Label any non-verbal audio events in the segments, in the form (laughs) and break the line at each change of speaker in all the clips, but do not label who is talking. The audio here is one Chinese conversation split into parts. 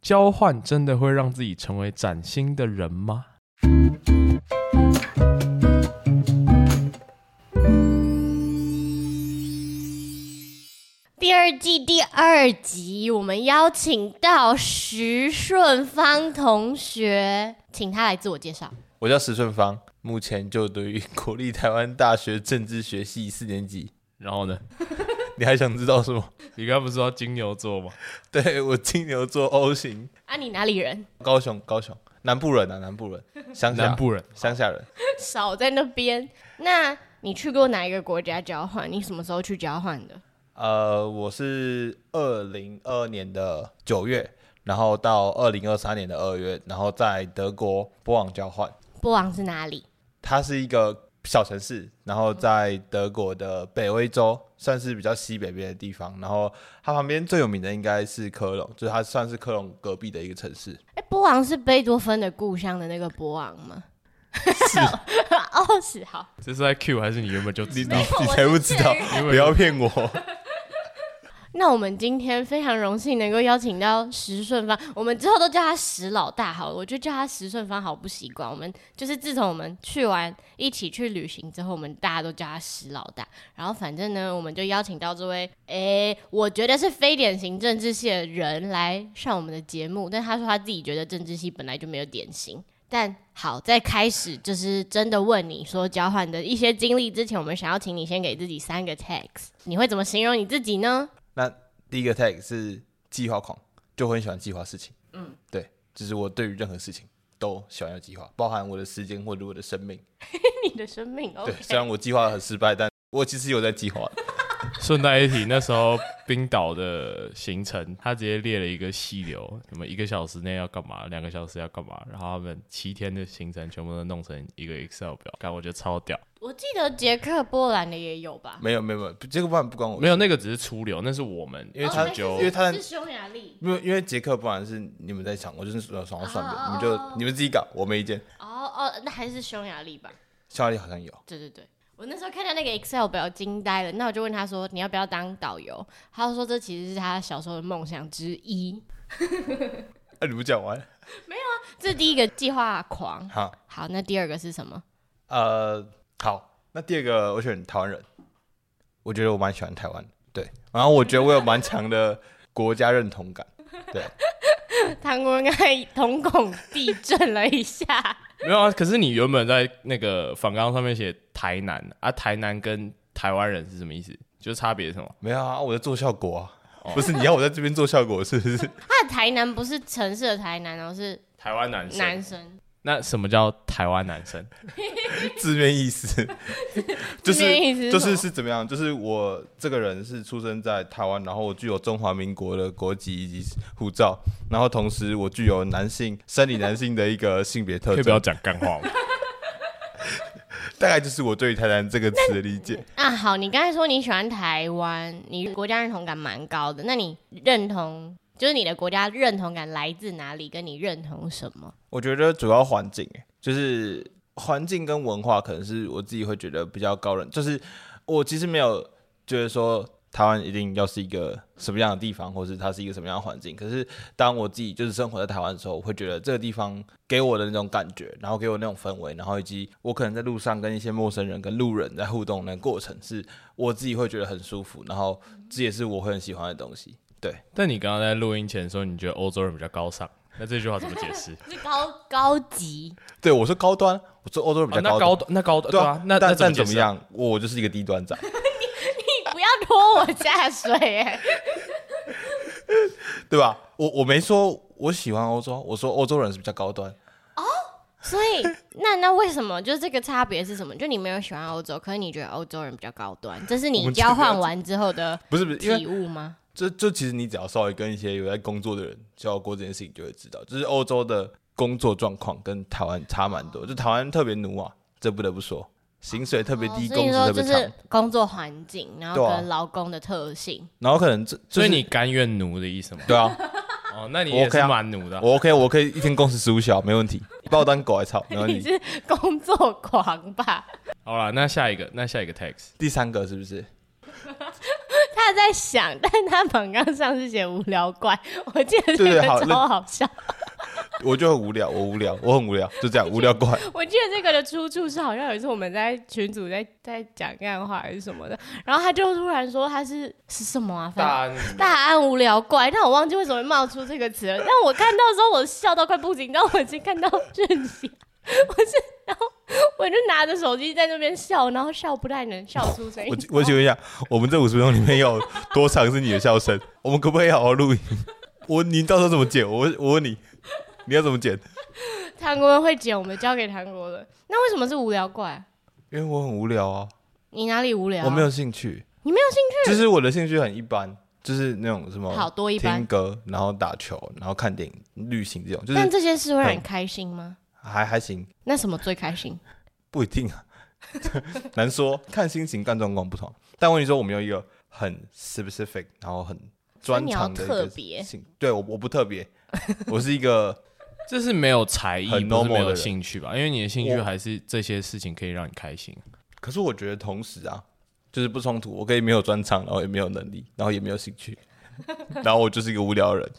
交换真的会让自己成为崭新的人吗？
第二季第二集，我们邀请到徐顺芳同学，请他来自我介绍。
我叫石顺芳，目前就读于 (laughs) 国立台湾大学政治学系四年级。
然后呢，
你还想知道什么？ (laughs)
你刚不是说金牛座吗？
对我金牛座 O 型，
啊，你哪里人？
高雄高雄南部人啊，南部人，乡下
南部人，
乡下人。
少在那边。那你去过哪一个国家交换？你什么时候去交换的？
呃，我是二零二二年的九月，然后到二零二三年的二月，然后在德国波昂交换。
波昂是哪里？
它是一个小城市，然后在德国的北威州，算是比较西北边的地方。然后它旁边最有名的应该是科隆，就是它算是科隆隔壁的一个城市。
哎、波昂是贝多芬的故乡的那个波昂吗？ (laughs) 哦，是好。
这是在 Q 还是你原本就知道
没？有
你才不知道， (laughs) 不要骗我。
那我们今天非常荣幸能够邀请到石顺芳，我们之后都叫他石老大好了，我觉得叫他石顺芳好不习惯。我们就是自从我们去完一起去旅行之后，我们大家都叫他石老大。然后反正呢，我们就邀请到这位，诶，我觉得是非典型政治系的人来上我们的节目，但他说他自己觉得政治系本来就没有典型。但好，在开始就是真的问你说交换的一些经历之前，我们想要请你先给自己三个 tags，你会怎么形容你自己呢？
那第一个 tag 是计划狂，就很喜欢计划事情。嗯，对，就是我对于任何事情都喜欢有计划，包含我的时间或者我的生命。
(laughs) 你的生命哦
对，虽然我计划很失败，但我其实有在计划。
顺带一提，那时候冰岛的行程， (laughs) 他直接列了一个细流，什么一个小时内要干嘛，两个小时要干嘛，然后他们七天的行程全部都弄成一个 Excel 表，干我觉得超屌。
我记得捷克、波兰的也有吧？
没有没有没有，这个不然不关我。
没有，那个只是初流，那是我们，
哦因为
他
初九
因为他
哦
哦
是匈牙利
因为因为杰克不然是你们在抢，我就是爽爽算
哦
的，
哦
你们
哦
就你们自己搞，我没意见。啊
哦哦，那还是匈牙利吧？
匈牙利好像有，
对对对，我那时候看到那个 Excel 表惊呆了，那我就问他说：“你要不要当导游？”他就说：“这其实是他小时候的梦想之一。
哎、你不讲完？”
这是第一个计划狂。
好，
好，那第二个是什 (laughs) 么？
呃，好，那第二个我选台湾人，我觉得我蛮喜欢台湾的，对，然后我觉得我有蛮强的国家认同感，
唐国刚才瞳孔地震了一下。
没有啊。可是你原本在那个访纲上面写台南啊，台南跟台湾人是什么意思？就是差别是什么？
没有啊，我在做效果啊，不是你要我在这边做效果是不是？
(laughs) 他的台南不是城市的台南哦，是
台湾男生。
男生。
那什么叫台湾男生？
字面意思，就
字面意思是
是就
什么
是是怎么样？就是我这个人是出生在台湾，然后我具有中华民国的国籍以及护照，然后同时我具有男性生理男性的一个性别特
可以不要
征，
讲干话吗？ (laughs)
大概就是我对于“台南”这个词的理解。
啊，好，你刚才说你喜欢台湾，你国家认同感蛮高的，那你认同就是你的国家认同感来自哪里？跟你认同什么？
我觉得主要环境、欸，就是环境跟文化，可能是我自己会觉得比较高冷。就是我其实没有觉得说台湾一定要是一个什么样的地方，或是它是一个什么样的环境。可是当我自己就是生活在台湾的时候，我会觉得这个地方给我的那种感觉，然后给我那种氛围，然后以及我可能在路上跟一些陌生人、跟路人在互动的那个过程，是我自己会觉得很舒服，然后这也是我会很喜欢的东西。对，
但你刚刚在录音前说你觉得欧洲人比较高尚，那这句话怎么解释？
是高高级，
对我说高端，我说欧洲人比
哦
较
那
高端。
高那高对啊，那那
但但怎
解
么
释啊？
样，我就是一个低端仔。
你不要拖我下水、
欸
哎，
对吧？ (laughs) 我我没说我喜欢欧洲，我说欧洲人是比较高端。
所以那那为什么？就是这个差别是什么？就你没有喜欢欧洲，可是你觉得欧洲人比较高端，这是
我
你
们
交
这个要
换完之后的
不是不是，因
体
为
悟吗？
这这其实你只要稍微跟一些有在工作的人交流过这件事情，就会知道，就是欧洲的工作状况跟台湾差蛮多，就台湾特别奴啊，这不得不说，薪水特别低，
哦所以
工
你
资
说
特
就
别
是
长，
工作环境，然后
对啊
跟劳工的特性。
然后可能这，就
所
是
以你甘愿奴的意思吗？
对啊，
哦，那你
我
也
OK
是
啊
蛮奴的啊。
我 OK，我可以一天工时十五小时没问题，把我当狗来操没问
你
题。
是工作狂吧？
好了，那下一个，那下一个 text，
第三个是不是？
他在想，但他榜纲上是写无聊怪，我记得这
对
个
好
超好笑。
我就很无聊，我无聊，我很无聊，就这样无聊怪。
我记得这个的出处是好像有一次我们在群组在在讲干话还是什么的，然后他就突然说他是是什么啊？反正
安
大安无聊怪，但我忘记为什么会冒出这个词了。但我看到的时候，我笑到快不行，但我已经看到讯息， (laughs) 我是，然后我就拿着手机在那边笑，然后笑不太能笑出声
我
音。
我请问一下，我们这五十分钟里面有多长是你的笑声？我们可不可以好好录音？ (laughs) 我你到时候怎么剪？我我问你，你要怎么剪？
韩国人会剪，我们交给韩国人。那为什么是无聊怪？啊
因为我很无聊啊，
你哪里无聊？啊
我没有，兴趣，
你没有兴
就是我的兴趣很一般，就是那种什么
趣，好多一
听
般。
歌，然后打球，然后看电影、旅行这种，哦就
但
是
这些事会让你开心吗？
还还行，
那什么最开心？
不一定啊， (laughs) 难说，看心情、看状况不同。但我跟你说，我们有一个很 specific，然后很专长的
所
一
以你
个
要特别
兴，对我我不特别， (laughs) 我是一个。
这是没有才艺，不
很
是
normal
没
的
有
人
兴趣吧？因为你的兴趣
我
还是这些事情可以让你开心。
可是我觉得同时啊，就是不冲突，我可以没有专长，然后也没有能力，然后也没有兴趣， (laughs) 然后我就是一个无聊的人，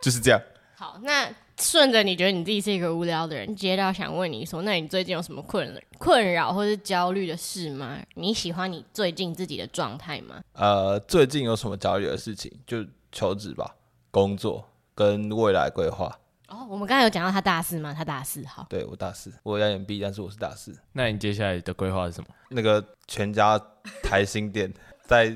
就是这样。
(laughs) 好，那顺着你觉得你自己是一个无聊的人，接到想问你说，那你最近有什么困困扰或是焦虑的事吗？你喜欢你最近自己的状态吗？
呃，最近有什么焦虑的事情？就求职吧，工作跟未来规划。
哦，我们刚才有讲到他大四吗？他大四，好， (laughs)
对我大四，我要演 B，但是我是大四。
那你接下来的规划是什么？
那个全家台新店 (laughs) 在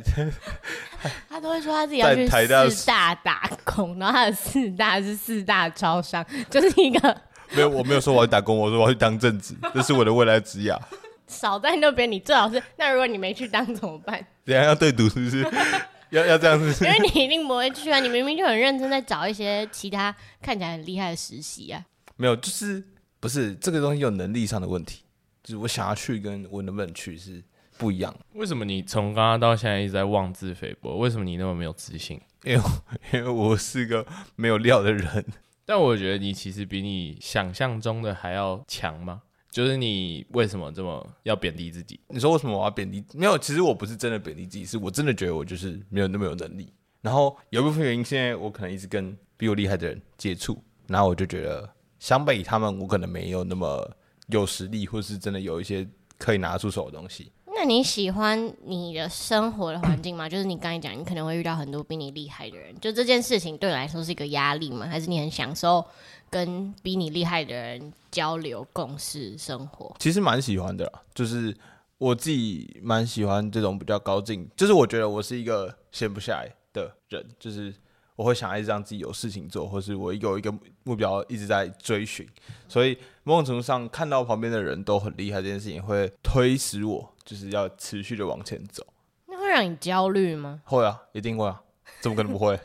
他都会说他自己要去
在台大
四大打工，然后他的四大是四大招商， (laughs) 就是一个
没有，我没有说我要去打工，我说我要去当正职，这是我的未来职涯。
少在那边，你最好是那如果你没去当怎么办？
等一下要对赌是不是？ (laughs) 要要这样是不是
因为你一定不会去啊，你明明就很认真在找一些其他看起来很厉害的实习啊。
没有，就是不是这个东西有能力上的问题，就是我想要去跟我能不能去是不一样的，
为什么你从刚刚到现在一直在妄自菲薄？为什么你那么没有自信？
因为我因为我是个没有料的人，
但我觉得你其实比你想象中的还要强吗？就是你为什么这么要贬低自己？
你说为什么我要贬低？没有，其实我不是真的贬低自己，是我真的觉得我就是没有那么有能力。然后有一部分原因，现在我可能一直跟比我厉害的人接触，然后我就觉得相比他们，我可能没有那么有实力，或是真的有一些可以拿出手的东西。
那你喜欢你的生活的环境吗？就是你刚才讲，你可能会遇到很多比你厉害的人，就这件事情对你来说是一个压力吗？还是你很享受跟比你厉害的人交流、共事生活？
其实蛮喜欢的啦，就是我自己蛮喜欢这种比较高进，就是我觉得我是一个闲不下来的人，就是我会想要一直让自己有事情做，或是我有一个目标一直在追寻，所以某种程度上看到旁边的人都很厉害，这件事情会推使我就是要持续的往前走。
那会让你焦虑吗？
会啊，一定会啊，怎么可能不会？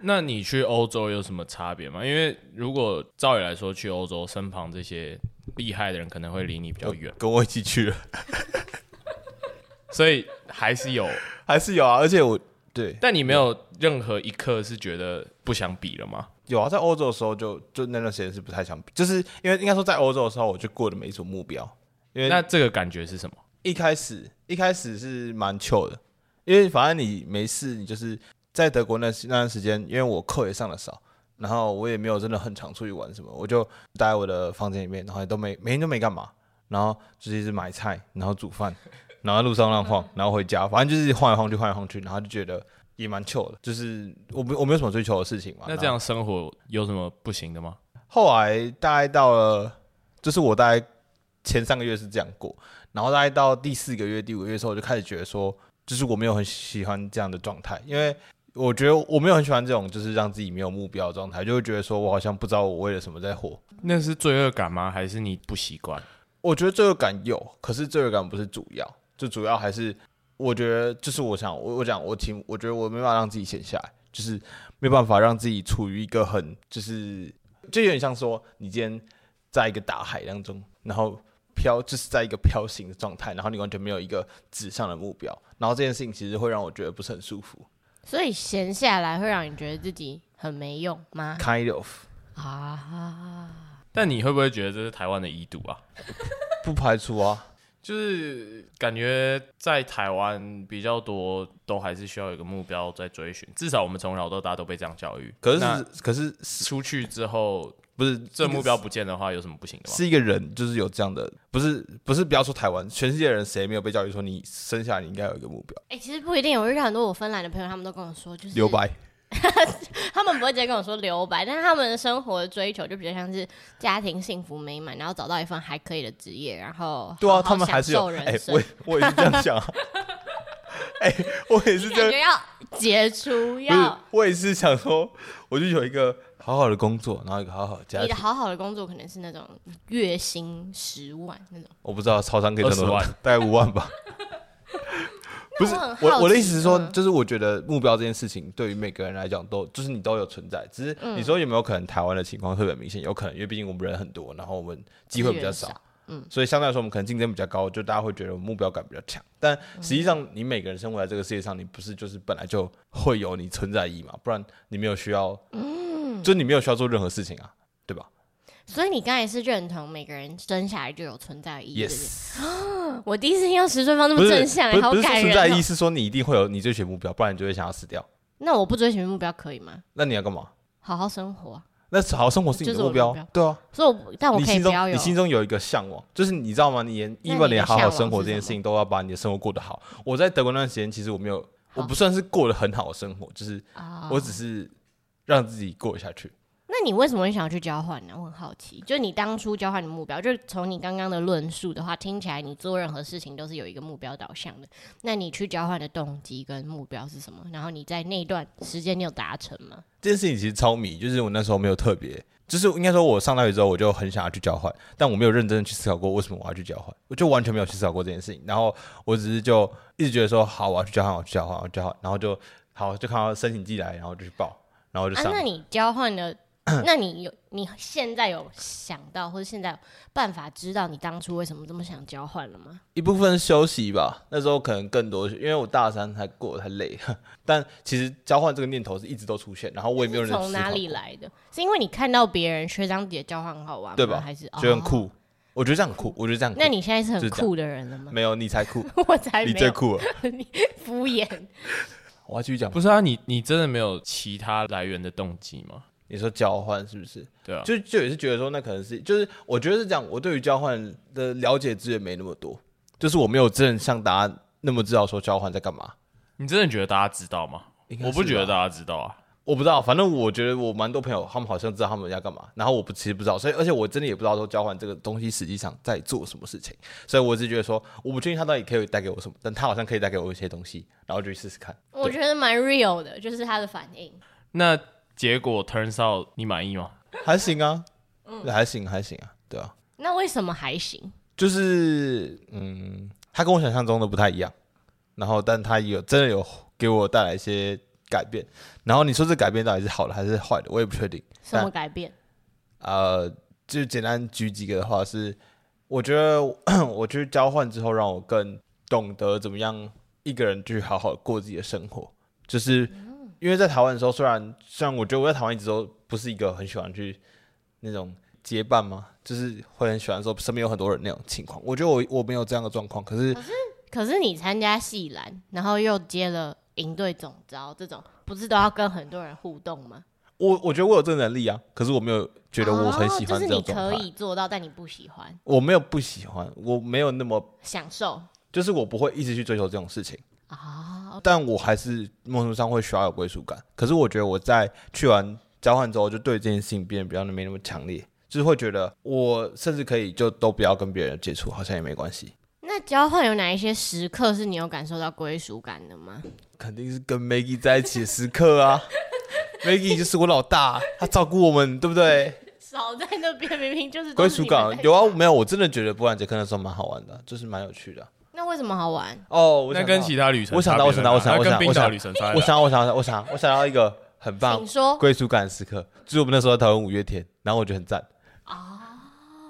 那你去欧洲有什么差别吗？因为如果照理来说，去欧洲身旁这些厉害的人可能会离你比较远，
跟我一起去了，
所以还是有。
还是有啊，而且我对
但你没有任何一刻是觉得不想比了吗？
有啊，在欧洲的时候就就那段时间是不太想比，就是因为应该说在欧洲的时候我就过得没什么目标，因为
那这个感觉是什么？
一开始一开始是蛮 chill 的，因为反正你没事，你就是在德国那那段时间，因为我课也上的少，然后我也没有真的很常出去玩什么，我就待在我的房间里面，然后也都没每天都没干嘛，然后就是一直买菜，然后煮饭，然后在路上乱晃，然后回家，反正就是晃来晃去，晃来晃去，然后就觉得也蛮 chill 的，就是我不我没有什么追求的事情嘛。
那这样生活有什么不行的吗？
后来大概到了，就是我大概前三个月是这样过，然后大概到第四个月、第五个月的时候，我就开始觉得说，就是我没有很喜欢这样的状态，因为我觉得我没有很喜欢这种就是让自己没有目标的状态，就会觉得说我好像不知道我为了什么在活。
那是罪恶感吗？还是你不习惯？
我觉得罪恶感有，可是罪恶感不是主要，就主要还是我觉得就是我想我我讲我挺，我觉得我没办法让自己闲下来，就是没办法让自己处于一个很就是就有点像说你今天在一个大海当中，然后飘就是在一个飘行的状态，然后你完全没有一个指向的目标，然后这件事情其实会让我觉得不是很舒服。
所以闲下来会让你觉得自己很没用吗？
Kind of，
啊，
但你会不会觉得这是台湾的遗毒啊？
不排除啊，
就是感觉在台湾比较多，都还是需要有一个目标在追寻。至少我们从小到大都被这样教育。
可
那
是可是
出去之后，
不是
这
一个
目标不见的话，有什么不行的吗？
是一个人，就是有这样的，不是不是，不要说台湾，全世界的人谁没有被教育说你生下来你应该有一个目标？
哎、其实不一定。我遇到很多我芬兰的朋友，他们都跟我说，就是
留白，
他们不会直接跟我说留白，但是他们的生活的追求就比较像是家庭幸福美满，然后找到一份还可以的职业，然后
对
好
啊，
好
他们还是有，
享受
哎、
人生
我也我也是这样想、
(laughs)
啊，哎、我也是
就
这
感觉
样，
要杰出，
不是
要，
我也是想说，我就有一个好好的工作，然后一个好好的家
你的
庭，
好好的工作可能是那种月薪十万那种。
我不知道超商可以挣多
20
少
万，
大概五万吧。不是
那我很 (laughs) 好
我我的意思
奇
是说，
嗯
就是我觉得目标这件事情对于每个人来讲都就是你都有存在，只是
嗯
你说有没有可能台湾的情况特别明显？有可能，因为毕竟我们人很多，然后我们机会比较
资源
少
少，嗯，
所以相对来说我们可能竞争比较高，就大家会觉得目标感比较强。但实际上，你每个人生活在这个世界上，你不是就是本来就会有你存在意义嘛？不然你没有需要，嗯，就你没有需要做任何事情啊，对吧
所以你刚才是认同每个人生下来就有存在意义的
？Yes。
我第一次听到石顺芳那
不
么
是
正向、
不是
好
不是
感
说存
人、
在意义，
哦。
是说你一定会有你追寻目标，不然你就会想要死掉。
那我不追寻目标可以吗？
那你要干嘛？
好好生活啊、
那好好生活是你
就
的
是我
目
的
标
目标，
对啊。
所以我但我
你
可以
心
不要
中
有
你心中有一个向往，就是你知道吗？你连
那
一
你
本
的
连好
向
好
往
生活
是
这件
什
事情都要把你的生活过得好。我在德国那段时间，其实我没有，我
好
不算是过得很好的生活，就是
啊
我只是让自己过下去。
那你为什么会想要去交换呢？我很好奇，就你当初交换的目标，就是从你刚刚的论述的话，听起来你做任何事情都是有一个目标导向的。那你去交换的动机跟目标是什么？然后你在那段时间你有达成吗？
这件事情其实超迷，就是我那时候没有特别，就是应该说，我上大学之后我就很想要去交换，但我没有认真的去思考过为什么我要去交换，我就完全没有去思考过这件事情。然后我只是就一直觉得说，好，我要去交换，我要去交换，我要去交换，然后就好，就看到申请寄来，然后就去报，然后就
啊，
上。
那你交换的，那你有你现在有想到，或者现在有办法知道你当初为什么这么想交换了吗？
一部分是休息吧，那时候可能更多，因为我大三才过得太累， (laughs) 但其实交换这个念头是一直都出现，然后我也没有人
从
思考
哪里来的？是因为你看到别人学长姐交换很好玩吗，
对吧
还是
觉得很？
哦
酷，我觉得这样很酷，我觉得这样很酷。
那你现在是很
就是这样
酷的人了吗？
没有你才酷，
(laughs) 我
哎
才
你
没
最
有
酷了。
敷衍。
(laughs) 我要继续讲，
不是啊，你你真的没有其他来源的动机吗？
你说交换是不是？
对啊，
就就也是觉得说，那可能是就是我觉得是这样，我对于交换的了解资源没那么多，就是我没有真的像大家那么知道说交换在干嘛。
你真的觉得大家知道吗？
应该
我不
是
觉得
吧
大家知道啊。
我不知道，反正我觉得我蛮多朋友，他们好像知道他们要干嘛，然后我不其实不知道，所以而且我真的也不知道说交换这个东西实际上在做什么事情，所以我只是觉得说我不确定它到底可以带给我什么，但它好像可以带给我一些东西，然后就去试试看。
我觉得蛮 real 的，就是他的反应。
那结果 turns out 你满意吗？
还行啊，
嗯
还行还行啊，对啊，
那为什么还行？
就是嗯，它跟我想象中的不太一样，然后但它有真的有给我带来一些改变，然后你说这改变到底是好的还是坏的，我也不确定。
什么改变？
呃，就简单举几个的话是，我觉得 (coughs) 我去交换之后，让我更懂得怎么样一个人去好好过自己的生活。就是因为在台湾的时候，虽然虽然我觉得我在台湾一直都不是一个很喜欢去那种结伴嘛，就是会很喜欢说身边有很多人那种情况。我觉得我我没有这样的状况，可
嗯
是
可是你参加戏篮，然后又接了营队总招，这种不是都要跟很多人互动吗？
我我觉得我有这个能力啊，可是我没有觉得我很喜
哦
欢
就
这
是你
种状
可
态。
以做到，但你不喜欢，
我没有不喜欢，我没有那么，
享受
就是我不会一直去追求这种事情。
啊。
但我还是某种程度上会需要有归属感。可是我觉得我在去完交换之后，就对这件事情变得比较没那么强烈，就是会觉得我甚至可以就都不要跟别人接触，好像也没关系。
那交换有哪一些时刻是你有感受到归属感的吗？
肯定是跟 Maggie 在一起的时刻啊
(laughs)
，Maggie 就是我老大，他照顾我们，对不对？
少在那边，明明就是
归属感有啊，。没有？我真的觉得波兰杰克那时候蛮好玩的，就是蛮有趣的。
那为什么好玩？
哦，我
那
想
跟
到
其他旅程
我
差
想
别在哪，
到我想
那
到我想到我想
跟
到
冰
我想
岛
到
旅程差别在哪，
我想我想我想我想到一个很棒
请说
归属感的时刻，就是我们那时候在讨论五月天，然后我觉得很赞。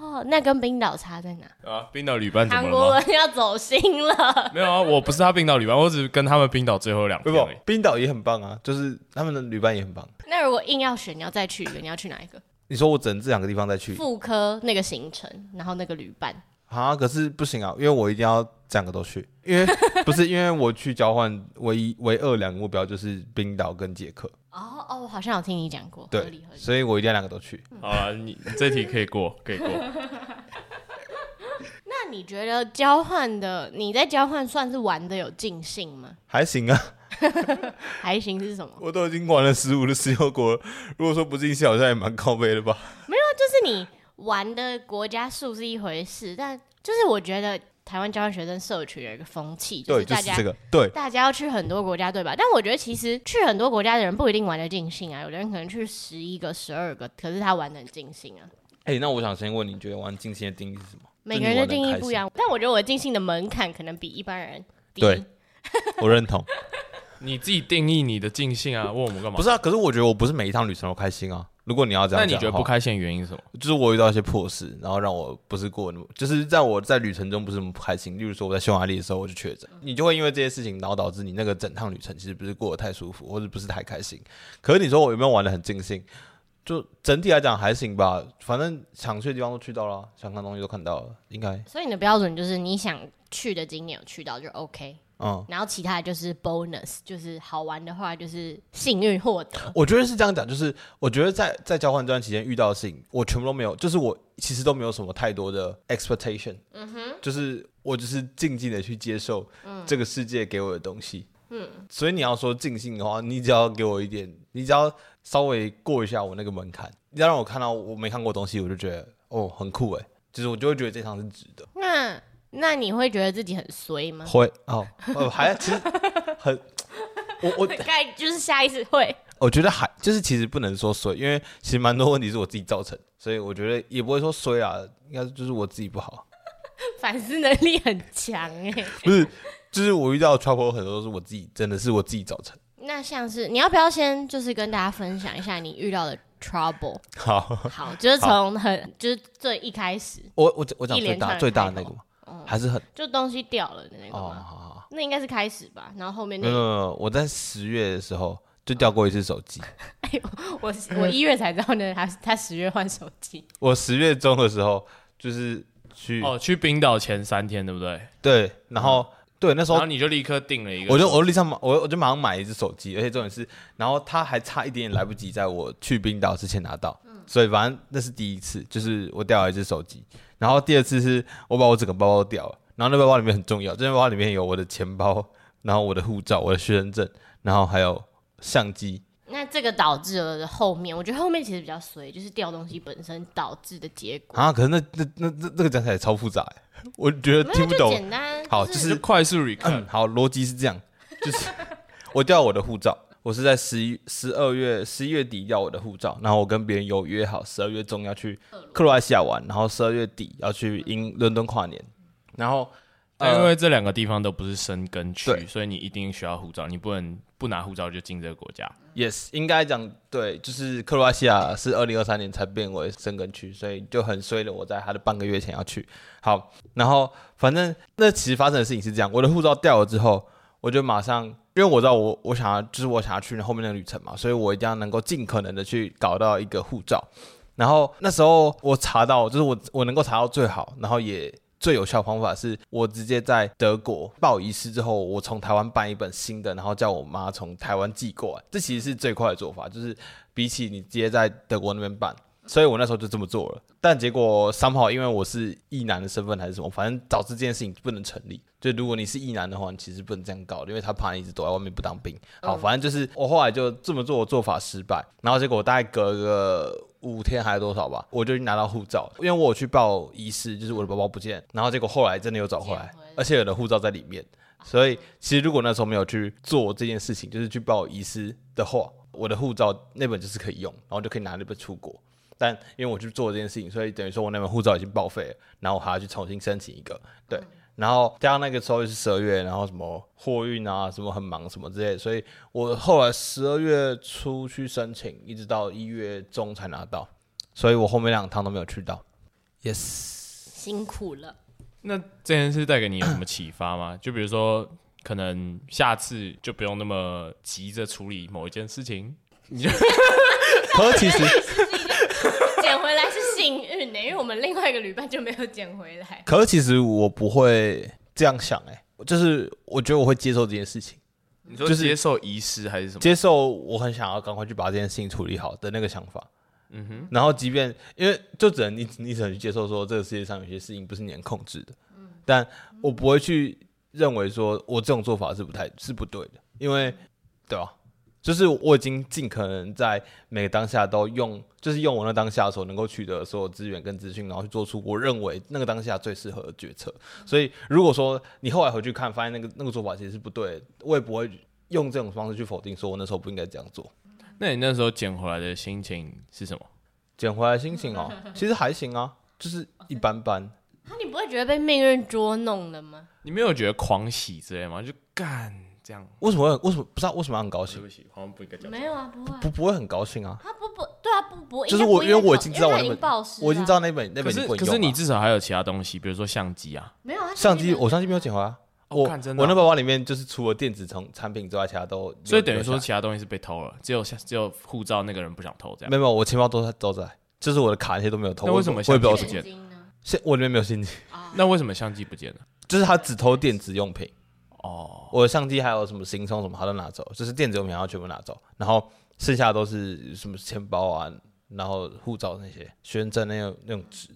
哦，那跟冰岛差在哪？
啊，冰岛旅伴怎么
韩
了
国
吗？
人要走心了，
没有啊，我不是他冰岛旅伴，我只是跟他们冰岛最后两
不
天
不
而已。，
冰岛也很棒啊，就是他们的旅伴也很棒。
那如果硬要选，你要再去一个，你要去哪一个？
你说我只能这两个地方再去
妇科那个行程，然后那个旅伴，
啊？可是不行啊，因为我一定要这两个都去，
(laughs)
因为不是因为我去交换唯一唯二两个目标就是冰岛跟捷克，
哦哦，我好像有听你讲过，合
对
理合，理。
所以我一定要两个都去。
好了，你你这题可以过， (laughs) 可以过。
那你觉得交换的，你在交换算是玩的有尽兴吗？
还行啊，
还行是什么？
(laughs) 我都已经玩了十五的十六国了，如果说不尽兴，好像也蛮靠背的吧？
就是你玩的国家数是一回事，但就是我觉得台湾交换学生社群有一个风气，就
对，
是
就
大
是
家、
这个，对，
大家要去很多国家，对吧？但我觉得其实去很多国家的人不一定玩得尽兴啊，有的人可能去十一个、十二个，可是他玩得很尽兴啊。
哎、那我想先问你，觉得玩尽兴的定义是什么？
每个人的
就你
定
玩得
义
开
不一样，但我觉得我尽兴的门槛可能比一般人低。
对心，我认同。
你自己定义你的尽兴啊，问我们干嘛？
不是啊，可是我觉得我不是每一趟旅程都开心啊。如果你要这
那
样
你
讲
觉
的
得不
话，
开心的原因是什么？
就是我遇到一些破事，然后让我不是过那么，就是在我在旅程中不是那么开心。例如说我在匈牙利的时候我就确诊，你就会因为这些事情，然后导致你那个整趟旅程其实不是过得太舒服，或者不是太开心。可是你说我有没有玩的很尽兴？就整体来讲还行吧，反正想去的地方都去到了，想看的东西都看到了，应该
所以你的标准就是你想去的景点有去到就 OK，
嗯，
然后其他的就是 bonus，就是好玩的话就是幸运获得。
我觉得是这样讲，就是我觉得在在交换这段期间遇到的事情，我全部都没有，就是我其实都没有什么太多的 expectation，嗯哼，就是我只是静静的去接受这个世界给我的东西，嗯，所以你要说尽兴的话，你只要给我一点，你只要稍微过一下我那个门槛，你要让我看到我没看过的东西，我就觉得哦很酷诶，就是我就会觉得这场是值得，
那那你会觉得自己很衰 (laughs) 吗？
会哦，呃还其实很。我 (laughs) 我
大概就是下意识会。
我觉得还就是其实不能说衰，因为其实蛮多问题是我自己造成，所以我觉得也不会说衰啊，应该就是我自己不 (laughs) 好，
(laughs) 反思能力很强哎、 (laughs)
不是，就是我遇到的 trouble 很多都是我自己，真的是我自己造成。 (laughs)
那像是你要不要先就是跟大家分享一下你遇到的
(laughs)
trouble？
好，
好，就是从很就是最一开始
我我我讲
一
最
连串
大
的
最大的
开
那
头
个嘛，
哦
还是很
就东西掉了的那个
哦，好
吗？
好好，
那应该是开始吧，然后后面
没有没
那
有没有，我在十月的时候就掉过一次手机，
(laughs) 我我一月才知道呢，他他十月换手机，
我十月中的时候就是去、
哦，去冰岛前三天，对不对？
对，然后、对那时
然
候
后你就立刻定了一个，
我就我立上马我我就马上买一只手机，而且重点是，然后他还差一点点来不及在我去冰岛之前拿到，
嗯
所以反正那是第一次，就是我掉了一只手机，然后第二次是我把我整个包包掉了，然后那包包里面很重要，这包包里面有我的钱包，然后我的护照、我的学生证，然后还有相机，
那这个导致了后面，我觉得后面其实比较衰，就是掉东西本身导致的结果。
啊，可是那那那那这个讲起来超复杂欸，我觉得
没
听
有
不
就
懂，
简单，
好
就
就是
就是是快速 recap，
嗯，好，逻辑是这样，就是 (laughs) 我掉我的护照，我是在十一、十二月、十一月底要我的护照，然后我跟别人有约好，十二月中要去克罗埃西亚玩，然后十二月底要去英伦敦跨年，然后
但
呃
因为这两个地方都不是生根区，
对
所以你一定需要护照，你不能不拿护照就进这个国家。
yes 应该讲对，就是克罗埃西亚是二零二三年才变为申根区，所以就很衰了。我在他的半个月前要去，好，然后反正那其实发生的事情是这样，我的护照掉了之后，我就马上，因为我知道我我想要就是我想要去后面那个旅程嘛，所以我一定要能够尽可能的去搞到一个护照。然后那时候我查到，就是我我能够查到最好，然后也最有效的方法是我直接在德国报遗失之后，我从台湾办一本新的，然后叫我妈从台湾寄过来。这其实是最快的做法，就是比起你直接在德国那边办。所以我那时候就这么做了，但结果三号因为我是异男的身份还是什么，反正导致这件事情不能成立。就如果你是异男的话，你其实不能这样搞的，因为他怕你一直躲在外面不当兵。好，反正就是我后来就这么做，我做法失败，然后结果我大概隔个五天还是多少吧，我就拿到护照，因为我有去报遗失，就是我的包包不见，然后结果后来真的有找回来
捡回来，
而且我的护照在里面。所以其实如果那时候没有去做这件事情，就是去报遗失的话，我的护照那本就是可以用，然后就可以拿那本出国。但
嗯
因为我去做这件事情，所以等于说我那本护照已经报废了，然后我还要去重新申请一个。对，然后加上那个时候又是十二月，然后什么货运啊，什么很忙什么之类的，所以我后来十二月初去申请，一直到一月中才拿到，所以我后面两趟都没有去到。Yes，
辛苦了。
那这件事带给你有什么启发吗？ (coughs) 就比如说，可能下次就不用那么急着处理某一件事情。
可其实
捡回来是幸运欸呢、因为我们另外一个旅伴就没有捡回来。
可是其实我不会这样想、欸，哎，就是我觉得我会接受这件事情，
你说
就是
接受遗失还是什么？
接受我很想要赶快去把这件事情处理好的那个想法。嗯哼，然后即便因为就只能你你只能去接受说这个世界上有些事情不是你能控制的，但我不会去认为说我这种做法是不太是不对的，因为对吧、啊就是我已经尽可能在每个当下都用，就是用我那当下所能够取得的所有资源跟资讯，然后去做出我认为那个当下最适合的决策。所以如果说你后来回去看，发现那个那个做法其实是不对的，我也不会用这种方式去否定，说我那时候不应该这样做。
那你那时候捡回来的心情是什么？
捡回来心情哦，其实还行啊，就是一般般。
那啊你不会觉得被命运捉弄了吗？
你没有觉得狂喜之类吗？就干这样，
为什么会很为什么不知道为什么要很高
对
兴？
不起，好像不应该讲。
没有啊，不会啊。
不不会很高兴啊，
他不不，对啊，不不，
就是
应该
我
不
因为我
会
已经知道
因为
我
他
那
已
本
经报失了啊，
我已经知道那本那
可
本已经
是
不能
可
用
是你
了
至少还有其他东西，比如说相机啊。
没有啊，
相机我相机没有捡回来啊。
哦
我
干真的啊
我那包包里面就是除了电子产产品之外，其他都
所以等于说
留下
其他东西是被偷了，只有只有护照那个人不想偷这
来
样。
没有没有，我钱包都在都在，就是我的卡那些都没有偷。
那
我
为什么
我也不知道为
相
什
机不见
么？
现金呢？
现我里面没有现金，
啊，
那为什么相机不见了？
就是他只偷电子用品，
哦，
我的相机还有什么行充什么他都拿走，就是电子用品他全部拿走，然后剩下的都是什么钱包啊，然后护照那些学生证那种那种纸，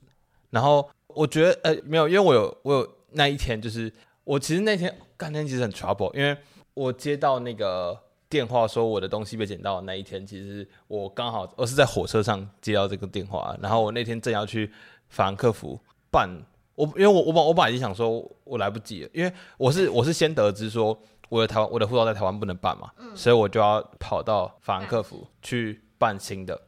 然后我觉得呃没有，因为我有我有那一天就是我其实那天干那天其实很 trouble，因为我接到那个电话说我的东西被捡到的那一天，其实我刚好我是在火车上接到这个电话，然后我那天正要去法兰克福办。我因为我我本我本来已经想说，我来不及了，因为我是我是先得知说我的台湾我的护照在台湾不能办嘛，所以我就要跑到法兰克福去办新的。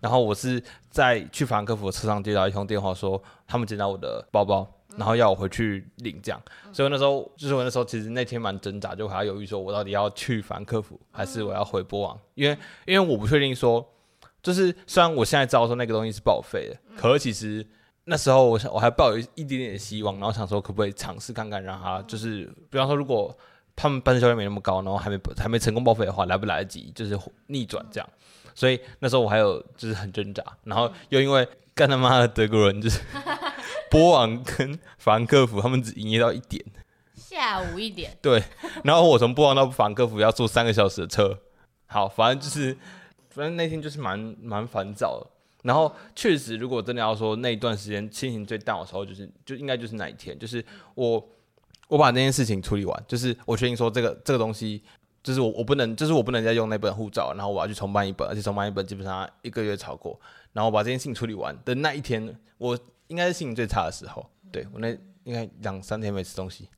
然后我是在去法兰克福的车上接到一通电话说他们捡到我的包包，然后要我回去领这样。所以我那时候就是我那时候其实那天蛮挣扎，就还要犹豫说我到底要去法兰克福还是我要回波王，因为因为我不确定说，就是虽然我现在知道说那个东西是报废的，可是其实。那时候我想，我还抱有一一点点希望，然后想说可不可以尝试看看，让他就是，比方说如果他们办事效率没那么高，然后还没还没成功报废的话，来不来得及就是逆转这样。所以那时候我还有就是很挣扎，然后又因为干他妈的德国人就是 (laughs) 波王跟法兰克福他们只营业到一点，
下午一点，
对，然后我从波王到法兰克福要坐三个小时的车，好，反正就是反正那天就是蛮蛮烦躁的。然后确实，如果真的要说那一段时间心情最 down 的时候，就是就应该就是那一天，就是我我把那件事情处理完，就是我确定说这个这个东西，就是我我不能，就是我不能再用那本护照，然后我要去重办一本，而且重办一本基本上一个月超过，然后我把这件事情处理完的那一天，我应该是心情最差的时候，对我那应该两三天没吃东西，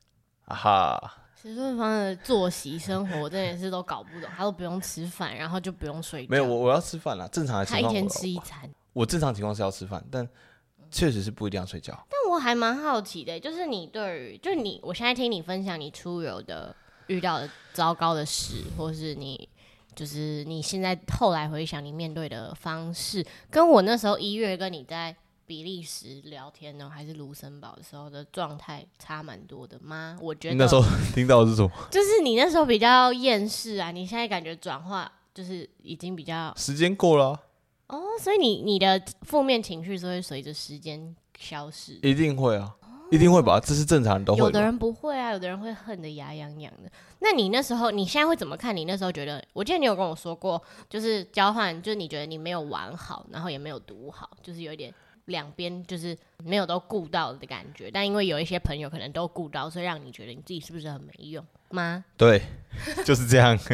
啊哈，
石顺芳的作息生活，我真的是都搞不懂，他都不用吃饭，然后就不用睡觉，
没有我我要吃饭了，正常的
他
情
一
况
天
我
吃一餐。
我正常情况是要吃饭，但确实是不一定要睡觉。
但我还蛮好奇的，就是你对于，就是你，我现在听你分享你出游的遇到的糟糕的事，或是你就是你现在后来回想你面对的方式，跟我那时候一月跟你在比利时聊天呢，还是卢森堡的时候的状态差蛮多的吗？我觉
你
得
那时候听到的是什么？
就是你那时候比较厌世啊，你现在感觉转化就是已经比较
时间过了啊、
哦，所以你你的负面情绪是会随着时间消失。
一定会啊，一定会吧，这是正常人都
哦有
会
的
吧。
人不会啊，有的人会恨得牙痒痒的。那你那时候，你现在会怎么看？你那时候觉得，我记得你有跟我说过，就是交换，就是你觉得你没有玩好，然后也没有读好，就是有一点两边就是没有都顾到的感觉。但因为有一些朋友可能都顾到，所以让你觉得你自己是不是很没用吗？
对， (laughs) 就是这样。 (laughs)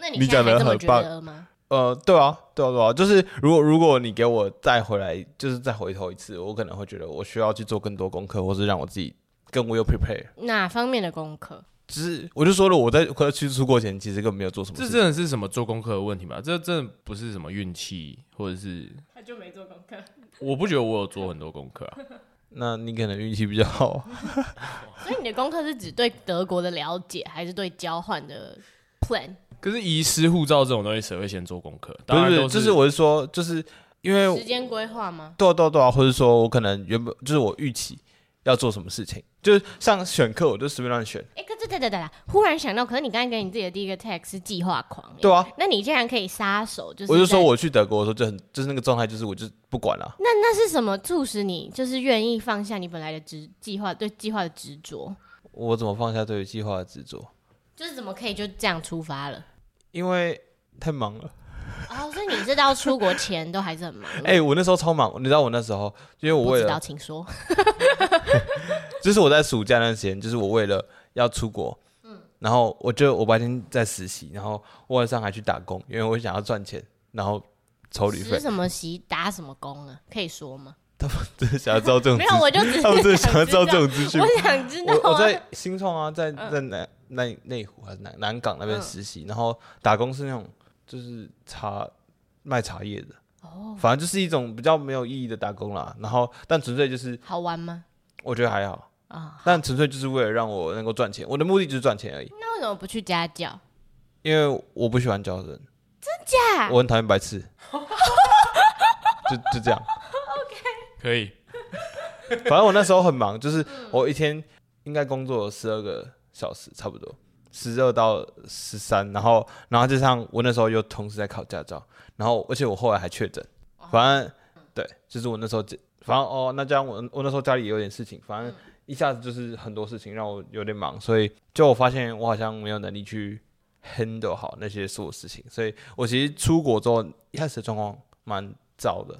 那
你
现在
讲得
还这么
很
觉
棒
得吗？
呃，对啊，对啊，对啊，就是如果如果你给我再回来，就是再回头一次，我可能会觉得我需要去做更多功课，或是让我自己更 well prepare。
哪方面的功课？
只是我就说了，我在快要去出国前，其实根本没有做什么
这
事
真的是什么做功课的问题吧？这真的不是什么运气，或者是
他就没做功课。
我不觉得我有做很多功课啊。
那你可能运气比较好。
所以你的功课是指对德国的了解，还是对交换的 plan？
可是遗失护照这种东西，谁会先做功课？
不
当然
是，
都
就是我是说，就是因为
时间规划吗？
对啊对啊对啊，或者说我可能原本就是我预期要做什么事情，就是像选课我就随便乱选，
哎、可是对对对啦，忽然想到，可是你刚才给你自己的第一个 tag 是计划狂，
对啊，
那你竟然可以撒手，就是
我就说
在
我去德国的时候就很就是那个状态，就是我就不管了。
那那是什么促使你就是愿意放下你本来的执计划，对计划的执着，
我怎么放下对于计划的执着？
就是怎么可以就这样出发了？
因为太忙了。 (laughs)
哦，所以你是到出国前都还是很忙
哎、我那时候超忙，你知道我那时候，因为我
嗯不
为
知
了
道，请说。
就是我在暑假那段时间，就是我为了要出国，
嗯
然后我就我白天在实习，然后我晚上还去打工，因为我想要赚钱，然后筹旅
吃
费。
什么席打什么工啊？可以说吗？
就是想要知道这种
没
资
有，
讯，
我就只是
他们就是想要
想知
知道
道
这种资讯。
我想
(laughs)
知道、啊
我我在新创啊，在在南内内湖还是南南港那边实习，然后打工是那种就是茶卖茶叶的，哦，反正就是一种比较没有意义的打工啦。然后但纯粹就是
好玩吗？
我觉得还好，
啊、
但纯粹就是为了让我能够赚钱，我的目的就是赚钱而已，
那为什么不去家教？
因为我不喜欢教人，真
假
我很讨厌白痴， (laughs) 就就这样。
可以
反正我那时候很忙，就是我一天应该工作十二个小时，差不多十二到十三，然后然后加上我那时候又同时在考驾照，然后而且我后来还确诊，反正对，就是我那时候这反正哦，那加上我我那时候家里也有点事情，反正一下子就是很多事情让我有点忙，所以就我发现我好像没有能力去 handle 好那些所有事情，所以我其实出国之后一开始的状况蛮糟的，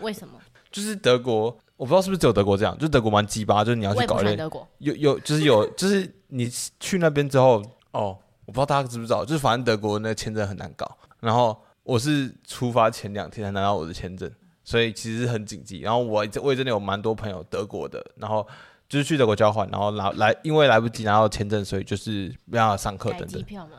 为什么？
就是德国，我不知道是不是只有德国这样，就是德国蛮鸡巴，就是你要
我
去
也不
搞
喜
一
欢
些
德国。
有有，就是有， (laughs) 就是你去那边之后，哦，我不知道大家知不知道，就是反正德国那个签证很难搞，然后我是出发前两天才拿到我的签证，所以其实很紧急。然后我我也真的有蛮多朋友德国的，然后就是去德国交换，然后拿来因为来不及拿到签证，所以就是没办法上课
改
等等
机。票吗？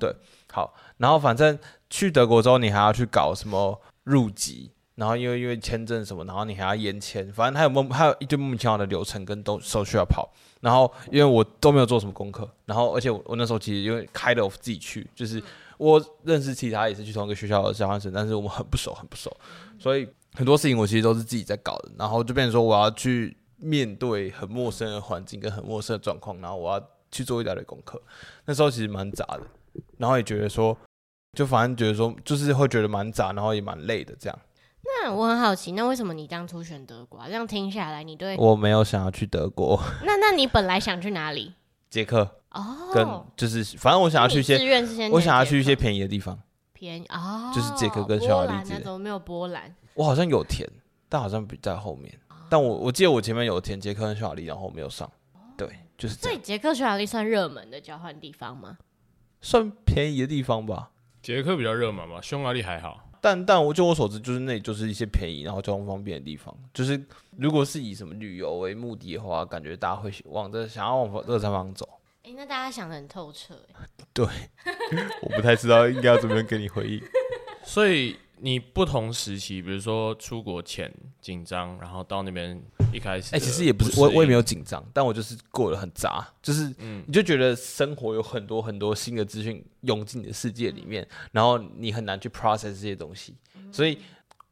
哦，
好，然后反正去德国之后，你还要去搞什么入籍，然后因为因为签证什么，然后你还要延签，反正还有莫还有一堆莫名其妙的流程跟都手续要跑。然后因为我都没有做什么功课，然后而且我我那时候其实因为开的我自己去，就是我认识其他也是去同一个学校的交换生，但是我们很不熟很不熟，所以很多事情我其实都是自己在搞的。然后就变成说我要去面对很陌生的环境跟很陌生的状况，然后我要去做一大堆功课。那时候其实蛮杂的。然后也觉得说，就反正觉得说，就是会觉得蛮杂，然后也蛮累的这样。
那我很好奇，那为什么你当初选德国、啊？这样听下来，你对
(laughs) 我没有想要去德国、
那那你本来想去哪里？
捷克，
哦，
跟就是反正我想要去一
志
些，
愿是先
我想要去一些
捷克
便宜的地方。
便宜哦，
就是捷克跟匈牙
波
利
兰
之类
那
的
种没有波兰，
我好像有填，但好像比在后面。
哦
但我我记得我前面有填捷克跟匈牙利，然后我没有上。
哦
对，就是这
所以
样，
捷克匈牙利算热门的交换地方吗？
算便宜的地方吧。
捷克比较热门嘛，匈牙利还好。
但但我就我所知，就是那里就是一些便宜，然后交通方便的地方。就是如果是以什么旅游为目的的话，感觉大家会往这想要往这个地方走。
哎，那大家想的很透彻欸，
我不太知道应该要怎么样跟你回应。
所以你不同时期，比如说出国前紧张，然后到那边一开始，
哎、其实也不是，我我也没有，紧张，但我就是过得很杂，就是你就觉得生活有很多很多新的资讯涌进你的世界里面，然后你很难去 process 这些东西，所以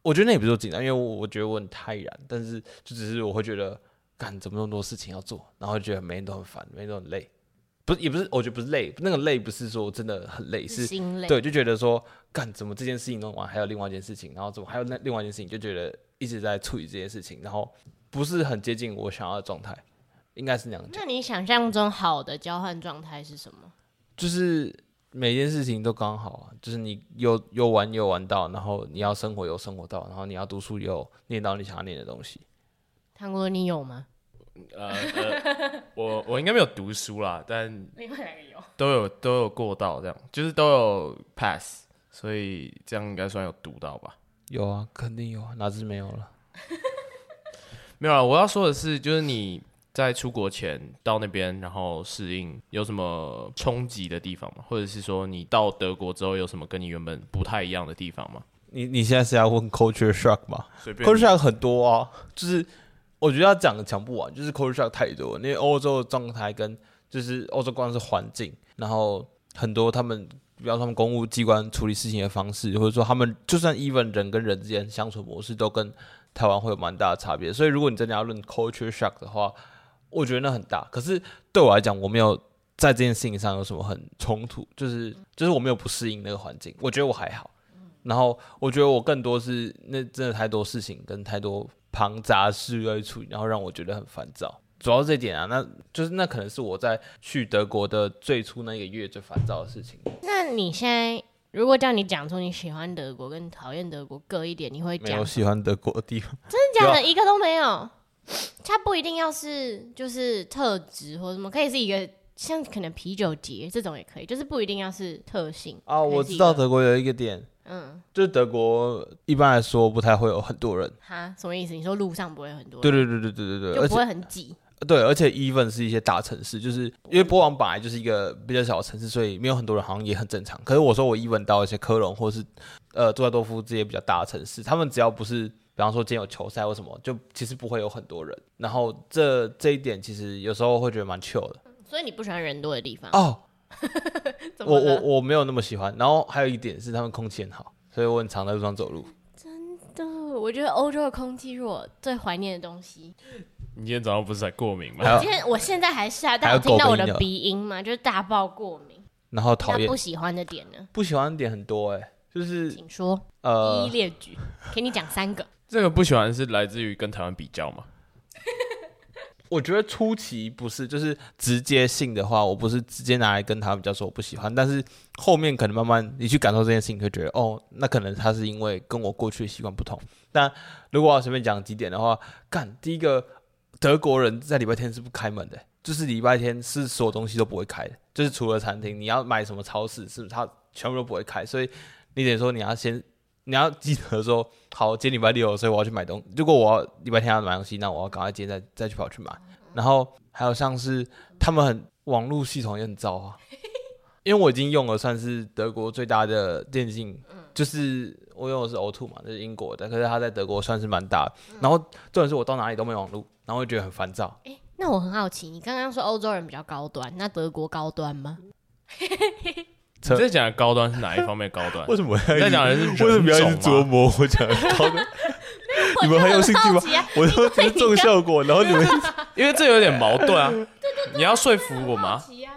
我觉得那也不是说紧张，因为我我觉得我很泰然，但是就只是我会觉得，干怎么那么多事情要做，然后觉得每天都很烦，每天都很累，不是也不是，我觉得不是累，那个累不是说真的很累，是
心累。
对，就觉得说，干怎么这件事情弄完，还有另外一件事情，然后怎么还有那另外一件事情，就觉得一直在处理这件事情，然后不是很接近我想要的状态，应该是那样讲，
那你想象中好的交换状态是什么？
就是每件事情都刚好啊，就是你有有玩有玩到，然后你要生活有生活到，然后你要读书也有念到你想要念的东西，
唐国，你有吗？
呃呃，我我应该没有读书啦，但
另外两个有。
都有都有过到这样，就是都有 pass，所以这样应该算有读到吧。
有啊，肯定有啊，哪只没有了？
没有啊，我要说的是，就是你在出国前到那边，然后适应有什么冲击的地方吗？或者是说你到德国之后有什么跟你原本不太一样的地方吗？
你你现在是要问 culture shock 吗
随便你。
？culture shock 很多啊，就是我觉得要讲讲不完，就是 culture shock 太多了，因为欧洲的状态跟就是欧洲光是环境，然后很多他们，比方说他们公务机关处理事情的方式，或者说他们就算 even 人跟人之间相处模式，都跟台湾会有蛮大的差别。所以如果你真的要论 culture shock 的话，我觉得那很大。可是对我来讲，我没有在这件事情上有什么很冲突，就是就是我没有不适应那个环境，我觉得我还好。然后我觉得我更多是那真的太多事情跟太多庞杂事要去处理，然后让我觉得很烦躁。主要是这一点啊，那就是那可能是我在去德国的最初那一个月最烦躁的事情。
那你现在如果叫你讲出你喜欢德国跟讨厌德国各一点，你会
没
讲
有喜欢德国的地方，
真的假
有啊
的？一个都没有？它不一定要是就是特质或什么，可以是一个像可能啤酒节这种也可以，就是不一定要是特性
(laughs) 啊，
可以
我
是
知
一
道
个
德国有一个点，
嗯，
就是德国一般来说不太会有很多人。
哈，什么意思？你说路上不会很多
对
人，
对对对对对对，
就
而且
不会很挤。
对，而且 even 是一些大城市，就是因为波王本来就是一个比较小的城市，所以没有很多人，好像也很正常。可是我说我 even 到一些科隆或是呃杜塞多夫这些比较大的城市，他们只要不是比方说今天有球赛或什么，就其实不会有很多人。然后这这一点其实有时候会觉得蛮 chill 的
所以你不喜欢人多的地方？
哦。
嗯怎么
我我
了
我没有那么喜欢。然后还有一点是他们空气很好，所以我很常在路上走路。
对，我觉得欧洲的空气是我最怀念的东西。
你今天早上不是才过敏吗
还？有
今天我现在还吓
啊还
到，
有
有听到
狗
我
的
的
饮料
鼻音吗？就是大爆过敏。
然后讨
那
厌
不喜欢的点呢？
不喜欢的点很多哎、就是
请说，一
呃
一列 (laughs) 举，给你讲三个。
这个不喜欢是来自于跟台湾比较嘛？
我觉得初期不是，就是直接性的话，我不是直接拿来跟他比较说我不喜欢，但是后面可能慢慢你去感受这件事情，会觉得哦，那可能他是因为跟我过去的习惯不同。那如果我要随便讲几点的话，干第一个，德国人在礼拜天是不开门的，就是礼拜天是所有东西都不会开的，就是除了餐厅，你要买什么超市是不是他全部都不会开，所以你得说你要先。你要记得说，好，今天礼拜六，所以我要去买东如果我要礼拜天要买东西，那我要赶快今天再再去跑去买。然后还有像是他们很网络系统也很糟啊，因为我已经用了算是德国最大的电信，就是我用的是 O2 嘛，就是英国的，可是它在德国算是蛮大的。然后重点是我到哪里都没有网络，然后会觉得很烦躁。
诶，那我很好奇，你刚刚说欧洲人比较高端，那德国高端吗？
这
你在讲的高端是哪一方面高端？
什么
你在讲的是人种吗？
磨我讲高的？你们很有兴趣
我就很好
吗
奇啊？
我说这是重效果，然后你们
因为这有点矛盾啊。你要说服我
好
吗？
奇啊！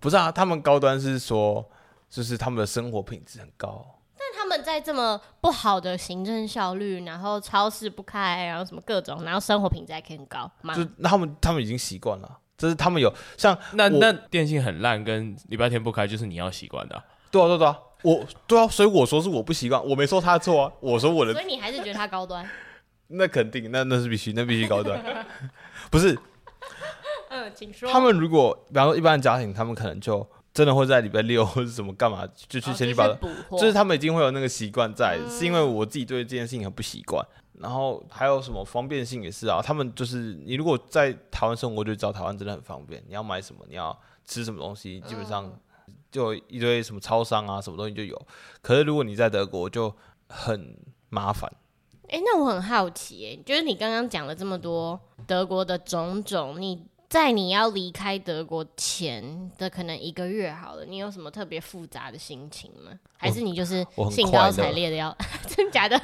不是啊？他们高端是说，就是他们的生活品质很高。
但他们在这么不好的行政效率，然后超市不开，然后什么各种，然后生活品质还可以很高吗？
就那他们他们已经习惯了，这是他们有像
那
我
那电信很烂，跟礼拜天不开就是你要习惯的啊、
对啊对啊对啊，我对啊，所以我说是我不习惯，我没说他错啊，我说我
所
的
以你还是觉得他高
(laughs)
端？
那肯定那那是必须那必须
(laughs)
高端，不是呃
嗯，请说。
他们如果比方说一般的家庭，他们可能就真的会在礼拜六或者什么干嘛就去
哦
先去
就
把
是补货，
呃就是他们已经会有那个习惯在，
嗯
是因为我自己对这件事情很不习惯。然后还有什么方便性也是啊，他们就是你如果在台湾生活，就知道台湾真的很方便。你要买什么，你要吃什么东西，基本上
嗯
就有一堆什么超商啊，什么东西就有。可是如果你在德国，就很麻烦。
哎、那我很好奇、欸，就是你刚刚讲了这么多德国的种种，你在你要离开德国前的可能一个月好了，你有什么特别复杂的心情吗？还是你就是
我很
兴
快
高
乐
采烈的要？ (laughs) 真假的？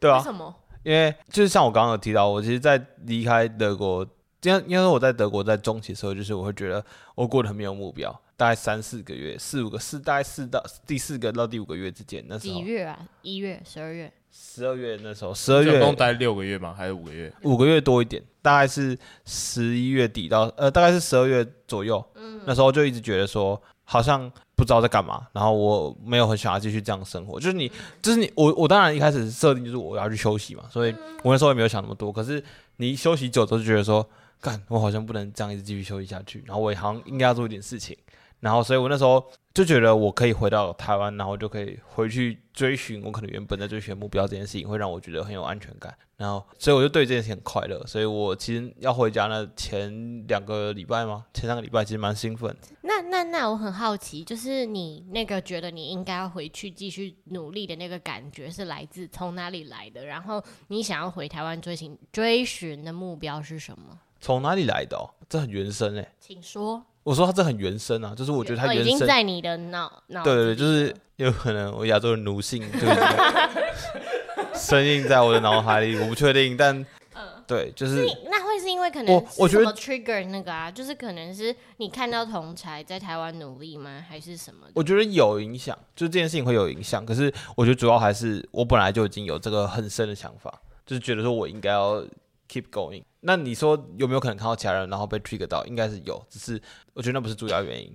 对啊
为，什么？
因为就是像我刚刚有提到，我其实，在离开德国，应该应该说我在德国在中期的时候，就是我会觉得我过得很没有目标，大概三四个月、四五个四，大概四到第四个到第五个月之间，那时
几
候
月啊？一月、十二月？
十二月那时候十二
总共
月
待六个月吗？还是五个月？
五个月多一点，大概是十一月底到呃大概是十二月左右，那时候就一直觉得说好像不知道在干嘛，然后我没有很想要继续这样生活，就是你就是你我我当然一开始设定就是我要去休息嘛，所以我那时候也没有想那么多，可是你休息久都觉得说干我好像不能这样一直继续休息下去，然后我也好像应该要做一点事情，然后所以我那时候。就觉得我可以回到台湾，然后就可以回去追寻我可能原本在追寻的目标，这件事情会让我觉得很有安全感。然后，所以我就对这件事情很快乐。所以我其实要回家呢，前两个礼拜吗？前三个礼拜其实蛮兴奋的。
那那那我很好奇，就是你那个觉得你应该要回去继续努力的那个感觉是来自从哪里来的？然后你想要回台湾追寻追寻的目标是什么？
从哪里来的、哦？这很原生哎、
请说。
我说它这很原生啊，就是我觉得它
哦已
原
经
生。
在你的脑脑
对
子
对对，
里
就是
了
有可能我亚洲人奴性就已
(laughs)
经深印在我的脑海里，我不确定，但
嗯
对，就是
你那会是因为可能
我我
是什
觉
么
得
trigger 那个啊，就是可能是你看到同才在台湾努力吗，还是什么的？
我觉得有影响，就这件事情会有影响。可是我觉得主要还是我本来就已经有这个很深的想法，就是觉得说我应该要 keep going。那你说有没有可能看到其他人然后被 trigger 到？应该是有，只是我觉得那不是主要原因。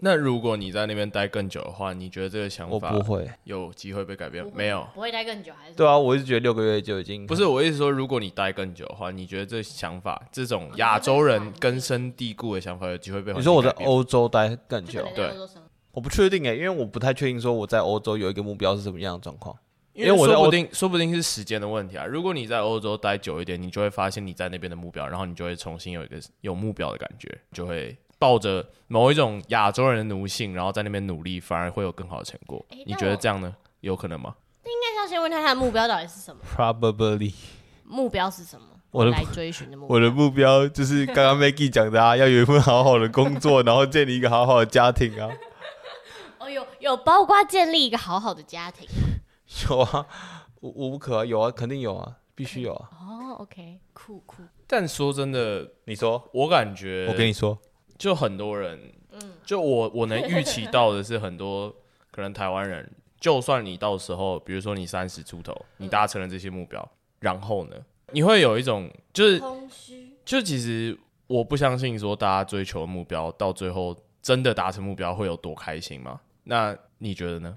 那如果你在那边待更久的话，你觉得这个想
我
法
不会，
有机会被改变
不？会
没有，
不会待更久还是？
对啊，我一直觉得六个月就已经
不是我意思说，如果你待更久的话，你觉得这想法，这种亚洲人根深蒂固的想法，有机会被
你说我在
环境改变吗
欧洲待更
就
久
可，能
对
在欧洲生活
我不确定诶、因为我不太确定说我在欧洲有一个目标是什么样的状况。
因
因为我在
说
欧
不定说不定是时间的问题啊。如果你在欧洲待久一点，你就会发现你在那边的目标，然后你就会重新有一个有目标的感觉，就会抱着某一种亚洲人的奴性，然后在那边努力，反而会有更好的成果
诶。
你
那
觉得
我
这样呢？有可能吗？
那要先问他他的目标到底是什么？
Probably，
目标是什么？
我的
来追寻的目标。
我的目标就是刚刚 Maggie 讲的啊，要有一份好好的工作， (laughs) 然后建立一个好好的家庭啊。
哦，有有包括建立一个好好的家庭。
(laughs) 有啊，无无不可啊，有啊，肯定有啊，必须有啊。
哦，OK，酷酷。
但说真的，
你说，
我感觉
我跟你说，
就很多人，就我我能预期到的是，很多 (laughs) 可能台湾人，就算你到时候，比如说你三十出头，你达成了这些目标，然后呢，你会有一种就是
空虚。
就其实我不相信说大家追求的目标到最后真的达成目标会有多开心吗？那你觉得呢？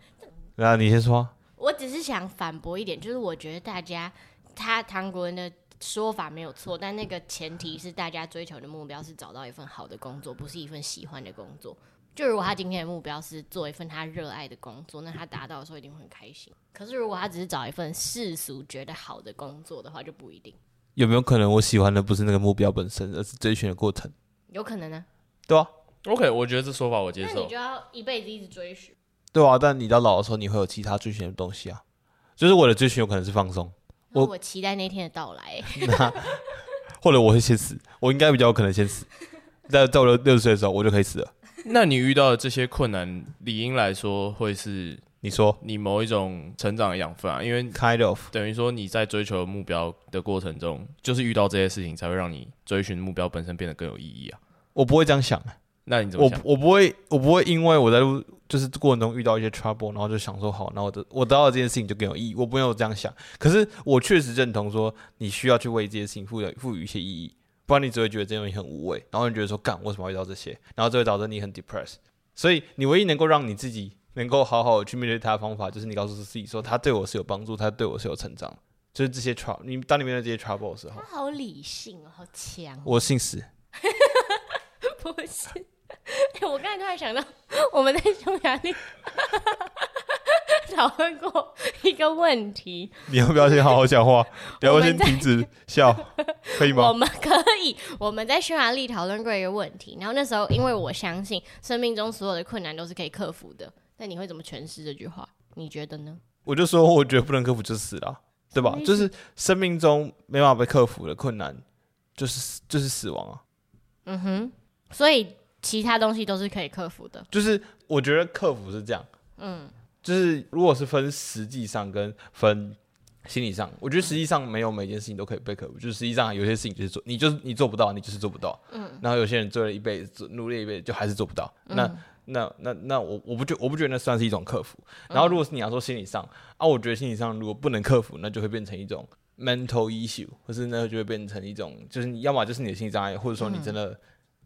那你先说啊。
我只是想反驳一点，就是我觉得大家他唐国人的说法没有错，但那个前提是大家追求的目标是找到一份好的工作，不是一份喜欢的工作。就如果他今天的目标是做一份他热爱的工作，那他达到的时候一定会很开心。可是如果他只是找一份世俗觉得好的工作的话，就不一定，
有没有可能我喜欢的不是那个目标本身，而是追寻的过程？
有可能呢、
对啊，
OK，我觉得这说法我接
那
受
你就。要一辈子一直追寻。
对啊，但你到老的时候，你会有其他追寻的东西啊。就是我的追寻有可能是放松，
我
我
我期待那天的到来。
或者我会先死，我应该比较有可能先死。在到了六十岁的时候，我就可以死了。
那你遇到的这些困难，理应来说会是
你说
你某一种成长的养分啊，因为
，kind of，
等于说你在追求目标的过程中，就是遇到这些事情，才会让你追寻目标本身变得更有意义啊。
我不会这样想。
那你怎么
我
想？
我不会，我不会因为我在录就是过程中遇到一些 trouble，然后就想说好，那我的我得到的这件事情就更有意义。我没有这样想，可是我确实认同说你需要去为这些事情赋予赋予一些意义，不然你只会觉得这些东西很无味，然后你觉得说干为什么要遇到这些，然后这会导致你很 depressed。所以你唯一能够让你自己能够好好地去面对它的方法，就是你告诉自己说它对我是有帮助，它对我是有成长的，就是这些 trouble。你当你面对这些 trouble 的时
(laughs)
候
他，好理性哦，好强。
我信死。
(laughs) 不是，哎我刚才突然想到，我们在匈牙利 (laughs) 讨论过一个问题，
你要不要先好好讲
(laughs)
话？你要不要先停止笑？可以
我
吗？
们可以，我们在匈牙利讨论过一个问题，然后那时候因为我相信生命中所有的困难都是可以克服的，那你会怎么诠释这句话？你觉得呢？
我就说，我觉得不能克服就是死了，对
什
吧
么意？思
就是生命中没办法被克服的困难，就是就是死亡啊。
嗯哼，所以其他东西都是可以克服的。
就是我觉得克服是这样，
嗯，
就是如果是分实际上跟分心理上，我觉得实际上没有每件事情都可以被克服，就是实际上有些事情就是做，你就是你做不到，你就是做不到。嗯，然后有些人做了一辈子，做努力了一辈子，就还是做不到。那、那那那我我不觉我不觉得那算是一种克服。然后如果是你要说心理上、啊，我觉得心理上如果不能克服，那就会变成一种 mental issue，或是那就会变成一种就是你要么就是你的心理障碍，或者说你真的、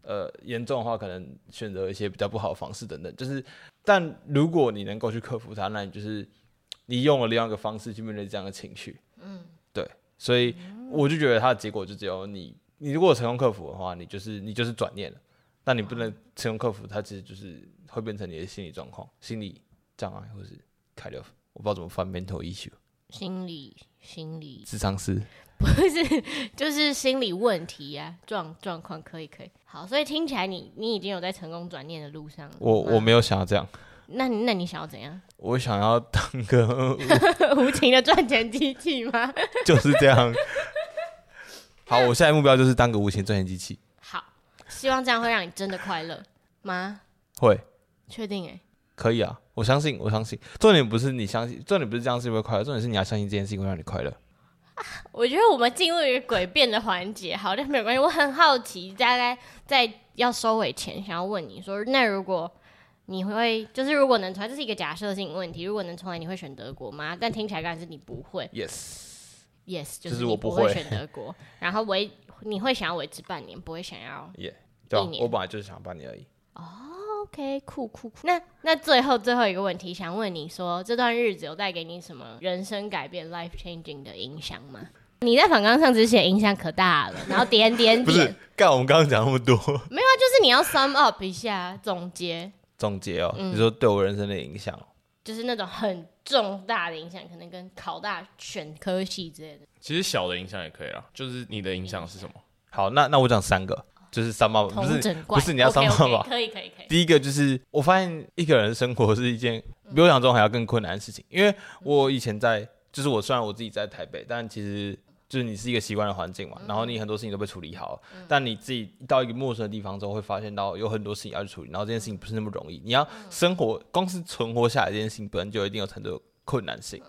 呃严重的话，可能选择一些比较不好的方式等等。就是但如果你能够去克服它，那你就是你用了另外一个方式去面对这样的情绪。嗯，对，所以我就觉得它的结果就只有你，你如果成功克服的话，你就是你就是转念了。但你不能成功克服，它其实就是会变成你的心理状况、心理障碍，或是开流，我不知道怎么翻 mental issue，
心理心理
智商是
就是心理问题啊，状状况可以可以。好，所以听起来你你已经有在成功转念的路上了。
我我
嗯
没有想要这样，
那你那你想要怎样？ (laughs)
我想要当个
无情的赚钱机器吗？ (laughs)
就是这样。 (laughs) 好，我现在目标就是当个无钱赚钱机器，
好，希望这样会让你真的快乐吗？
会
确定哎、
可以啊，我相信，我相信。重点不是你相信，重点不是这样是不会快乐，重点是你要相信这件事情会让你快乐。
我觉得我们进入一个诡辩的环节，好，但没有关系。我很好奇，大概在要收尾前，想要问你说，那如果你会，就是如果能重来，这是一个假设性问题，如果能重来，你会选德国吗？但听起来刚才是你不会
Yes，
，yes，就
就是是我
你不
不会
选德国，然后维你会想要维持半年，不会想要
对吧、
一年
我本来就是想帮你而已。
OK，酷酷酷。那那最后最后一个问题，想问你说，这段日子有带给你什么人生改变 （life changing） 的影响吗？你在反纲上只写影响可大了，然后点点点，
(laughs) 不是，干我们刚刚讲那么多
没有啊，就是你要 sum up 一下，总结，
(laughs) 总结哦，
嗯
你说对我人生的影响哦，
就是那种很重大的影响，可能跟考大选科系之类的。
其实小的影响也可以啦，就是你的影响是什么？
好，那那我讲三个，就是三八不
同
是
整怪
不是你要啊
OK，OK，
三八吧？
可以可以可以。
第一个就是我发现一个人生活是一件比我想中还要更困难的事情，因为我以前在，就是我虽然我自己在台北，但其实就是你是一个习惯的环境嘛，然后你很多事情都被处理好了，但你自己到一个陌生的地方之后，会发现到有很多事情要去处理，然后这件事情不是那么容易，你要生活光是存活下来这件事情本身就有一定有程度的困难性，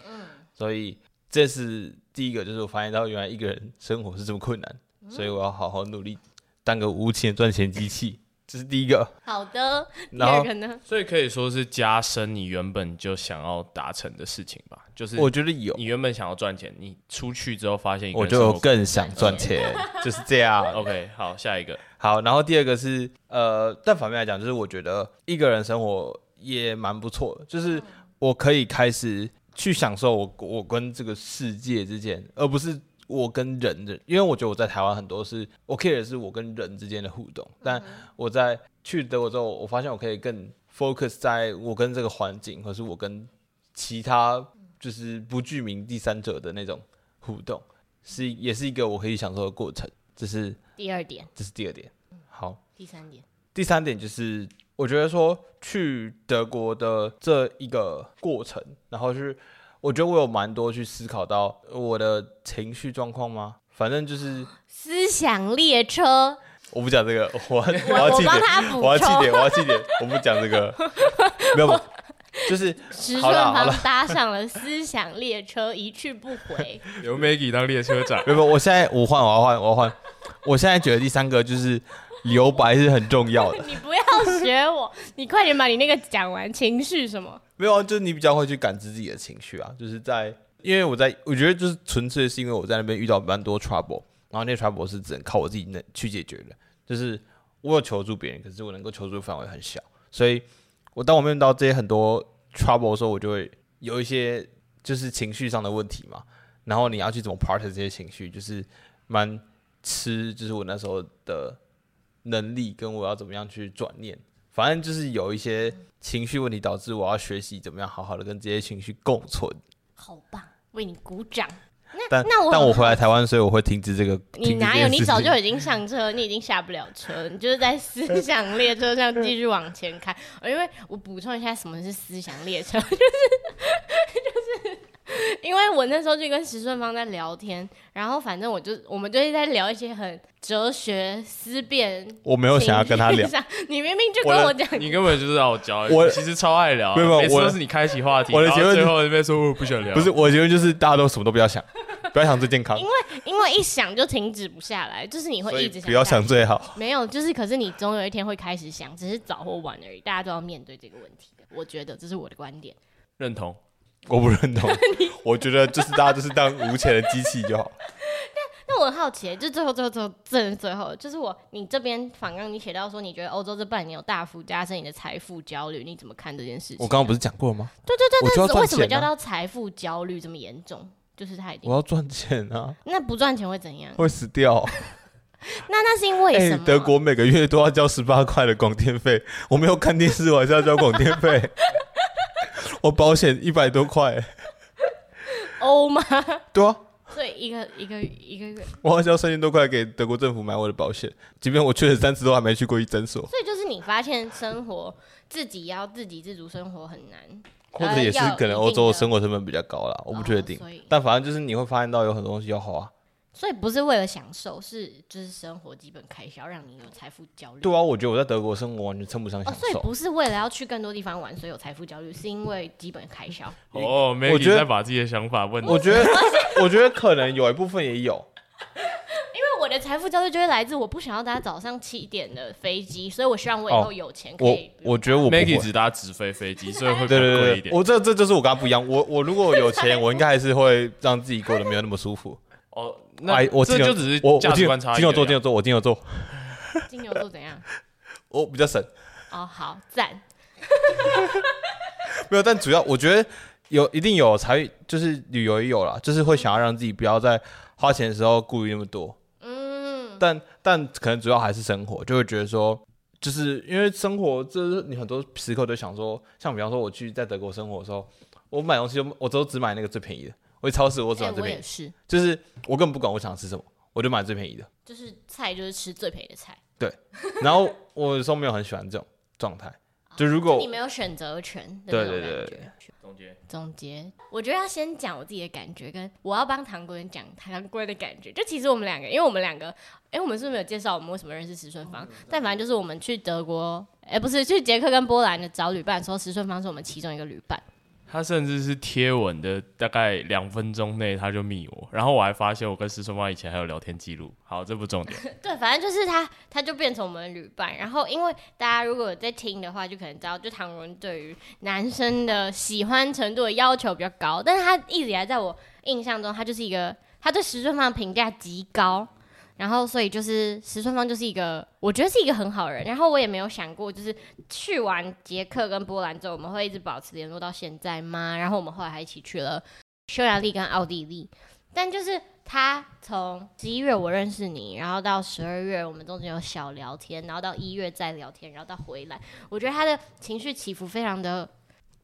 所以这是第一个，就是我发现到原来一个人生活是这么困难，所以我要好好努力，当个无钱赚钱机器，这是第一个。
好的，第
然后
二个呢？
所以可以说是加深你原本就想要达成的事情吧，就是
我觉得有，
你原本想要赚钱，你出去之后发现一个
我
人生
就
活
更想
(laughs)
赚钱，就是这样。
OK，好，下一个
好，然后第二个是呃，但反面来讲，就是我觉得一个人生活也蛮不错的，就是我可以开始去享受我我跟这个世界之间，而不是我跟人的，因为我觉得我在台湾很多是我 care 的是我跟人之间的互动，但我在去德国之后，我发现我可以更 focus 在我跟这个环境，或是我跟其他就是不具名第三者的那种互动，是也是一个我可以享受的过程，这是
第二点，
这是第二点。好，
第三点，
第三点就是，我觉得说去德国的这一个过程，然后是我觉得我有蛮多去思考到我的情绪状况吗？反正就是
思想列车，
我不讲这个，
(laughs)
我要
我
要
我
记
帮
点，
他补
我要记
充。
点，我要记点，我不讲
(laughs)
这个，没有，就是
石
好
顺
啦好
芳
啦。
搭上了思想列车，一去不回。(laughs)
(laughs) 由 Maggie 当列车长
(laughs) 没有，没有我现在我换，我要换，我要换，我现在觉得第三个就是留白是很重要的。
你不要学我，你快点把你那个讲完，情绪什么？
没有啊，就是你比较会去感知自己的情绪啊，就是在因为我在我觉得就是纯粹是因为我在那边遇到蛮多 trouble，然后那些 trouble 是只能靠我自己能去解决的，就是我有求助别人，可是我能够求助的范围很小，所以我当我面对到这些很多 trouble 的时候，我就会有一些就是情绪上的问题嘛，然后你要去怎么 part 这些情绪，就是蛮吃就是我那时候的能力跟我要怎么样去转念，反正就是有一些。情绪问题导致我要学习怎么样好好的跟这些情绪共存。
好棒，为你鼓掌。那
但
那我
但我回来台湾，所以我会停止这个。
你
停止这
哪
件
有？你
事
早
情
就已经上车，你已经下不了车，你就是在思想列车上继续往前开。呃因为我补充一下，什么是思想列车， (laughs) 就是就是。因为我那时候就跟石顺芳在聊天，然后反正我就我们就是在聊一些很哲学思辨。
我没有想要跟他聊
(laughs) 情绪，上，你明明就
我
跟
的
我讲，
你根本就是要我教，
我
你其实超爱聊，啊
没有没有
每次
我的
都是你开启话题，
我的
然后
结论
最
是
后那边说哦我不想聊，
不是我觉得就是大家都什么都不要
(laughs)
想，不要想最健康，
因为一想就停止不下来，就是你会一直
不要
下
想
去。
最好。
没有，就是可是你总有一天会开始想，只是早或晚而已。大家都要面对这个问题的，我觉得这是我的观点。
认同。
我不认
(laughs)
同，我觉得就是大家就是当无钱的机器就好。
那我很好奇，就最后最后最后真的是最后，就是我你这边反刚你写到说，你觉得欧洲这半年有大幅加深你的财富焦虑，你怎么看这件事情？
我刚刚不是讲过了吗？
对对
我
对，
就要
但是为什么
赚钱
叫
啊
到财富焦虑这么严重？就是他已经
我要赚钱啊，
那不赚钱会怎样？
会死掉。
那那是因为
哎、
什么？
德国每个月都要交十八块的广电费，我没有看电视，我还是要交广电
(laughs)
费。我保险一百多块，
欧吗？
对啊，
Oh 所以一个一个一个月，
我要交三千多块给德国政府买我的保险，即便我确实三次都还没去过一
(laughs)
诊所，
所以就是你发现生活自己要自给自足，生活很难，
或者也是可能欧洲的生活成本比较高啦，我不确定
哦所以。
但反正就是你会发现到有很多东西要花。
所以不是为了享受，是就是生活基本开销，让你有财富焦虑。
对啊，我觉得我在德国生活完全称不上
哦，
享
所以
受。
不是为了要去更多地方玩，所以有财富焦虑，是因为基本开
(laughs)
销。
哦，没，
我
你
觉得
在把自己的想法问。
我
(laughs)
觉得，我觉得可能有一部分也有，
因为我的财富焦虑就会来自我不想要搭早上七点的飞机，所以我希望我以
哦
后有钱可
我
以。
我觉得我不
Maggie
会。
只搭直飞飞机，所以会比较
对
贵
对
一
对对，
点。
我这这就是我跟他不一样。我我如果有钱，我应该还是会让自己过得没有那么舒服。
哦，那
哎我
这
金
就
牛
只 (laughs) 是
我我
价值
金
观差异而已啊。
金牛座，金牛座，我金牛座，
金牛座怎样？
我比较省。
哦，好赞。
没有，但主要我觉得有一定有才，就是旅游也有啦，就是会想要让自己不要在花钱的时候顾虑那么多。
嗯，
但但可能主要还是生活，就会觉得说，就是因为生活，就是你很多时刻都想说，像比方说我去在德国生活的时候，我买东西就我都只买那个最便宜的，我去超市我只
哎
买最
我
便宜
也
的，
是，
就是我根本不管我想吃什么，我就买最便宜的。
就是菜就是吃最便宜的菜，
然后我有时候没有很喜欢这种状态，就如
就
果
哦你没有选择权的那种
哦对
感觉。
对对
总结
总结，我觉得要先讲我自己的感觉，跟我要帮唐国人讲唐国人的感觉。就其实我们两个，因为我们两个，哎、我们是不是没有介绍我们为什么认识石顺芳？但反正就是我们去德国，哎、不是去捷克跟波兰的找旅伴的时候，石顺芳是我们其中一个旅伴。
他甚至是贴文的大概两分钟内他就密我，然后我还发现我跟师兄妈以前还有聊天记录。好，这不重点。
对，反正就是他，他就变成我们的旅伴。然后，因为大家如果有在听的话，就可能知道，就唐荣对于男生的喜欢程度的要求比较高，但是他一直以来在我印象中，他就是一个他对石顺芳的评价极高。然后，所以就是石顺芳就是一个，我觉得是一个很好人。然后我也没有想过，就是去完捷克跟波兰之后，我们会一直保持联络到现在吗？然后我们后来还一起去了匈牙利跟奥地利。但就是他从十一月我认识你，然后到十二月我们中间有小聊天，然后到一月再聊天，然后到回来，我觉得他的情绪起伏非常的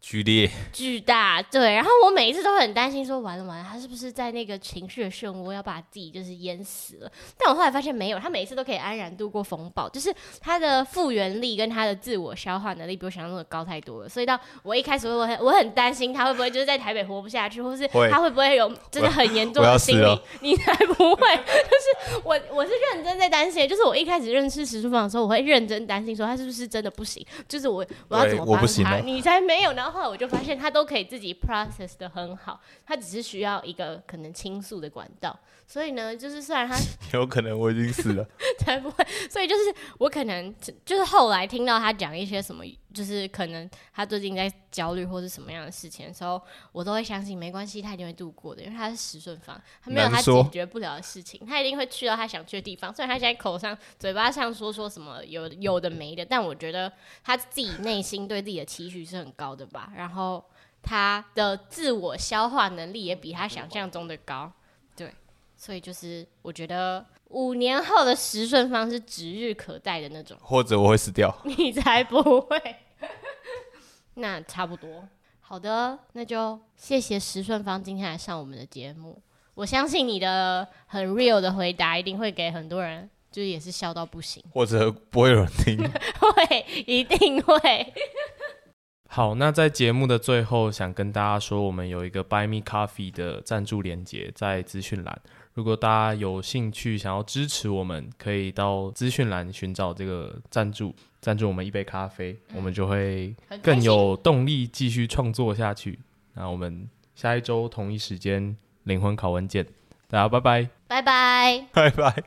剧烈，
巨大，对。然后我每一次都很担心，说完了完了，他是不是在那个情绪的漩涡要把自己就是淹死了？但我后来发现没有，他每一次都可以安然度过风暴，就是他的复原力跟他的自我消化能力比我想象中的高太多了。所以到我一开始我很我很担心他会不会就是在台北活不下去，或是
会
他会不会有真的很严重
我要
的
死
心理
了？
你才不会， (laughs) 就是我我是认真在担心的，就是我一开始认识石书房的时候，我会认真担心说他是不是真的不行，就是我我要
对
怎么
我
帮
不行
他？
了
你才没有。然后后来我就发现他都可以自己 process 的很好，他只是需要一个可能倾诉的管道。所以呢，就是虽然他
有可能我已经死了。
(laughs) 才不会。所以就是我可能就是后来听到他讲一些什么，就是可能他最近在焦虑或是什么样的事情的时候，我都会相信没关系，他一定会度过的，因为他是时顺方，他没有
难
他
说
解决不了的事情，他一定会去到他想去的地方。虽然他现在口上嘴巴上说说什么有有的没的，但我觉得他自己内心对自己的期许是很高的吧。然后。他的自我消化能力也比他想象中的高，对，所以就是我觉得五年后的时顺方是指日可待的那种，
或者我会死掉。
你才不会。那差不多，好的，那就谢谢时顺方今天来上我们的节目。我相信你的很 real 的回答一定会给很多人，就是也是笑到不行， (laughs)
或者不会有人听。
会，一定会。
好，那在节目的最后，想跟大家说，我们有一个 Buy Me Coffee 的赞助连接在资讯栏。如果大家有兴趣想要支持我们，可以到资讯栏寻找这个赞助，赞助我们一杯咖啡，我们就会
很开
更
心
有动力继续创作下去。那我们下一周同一时间灵魂拷问见，大家拜拜。
拜拜。
拜拜。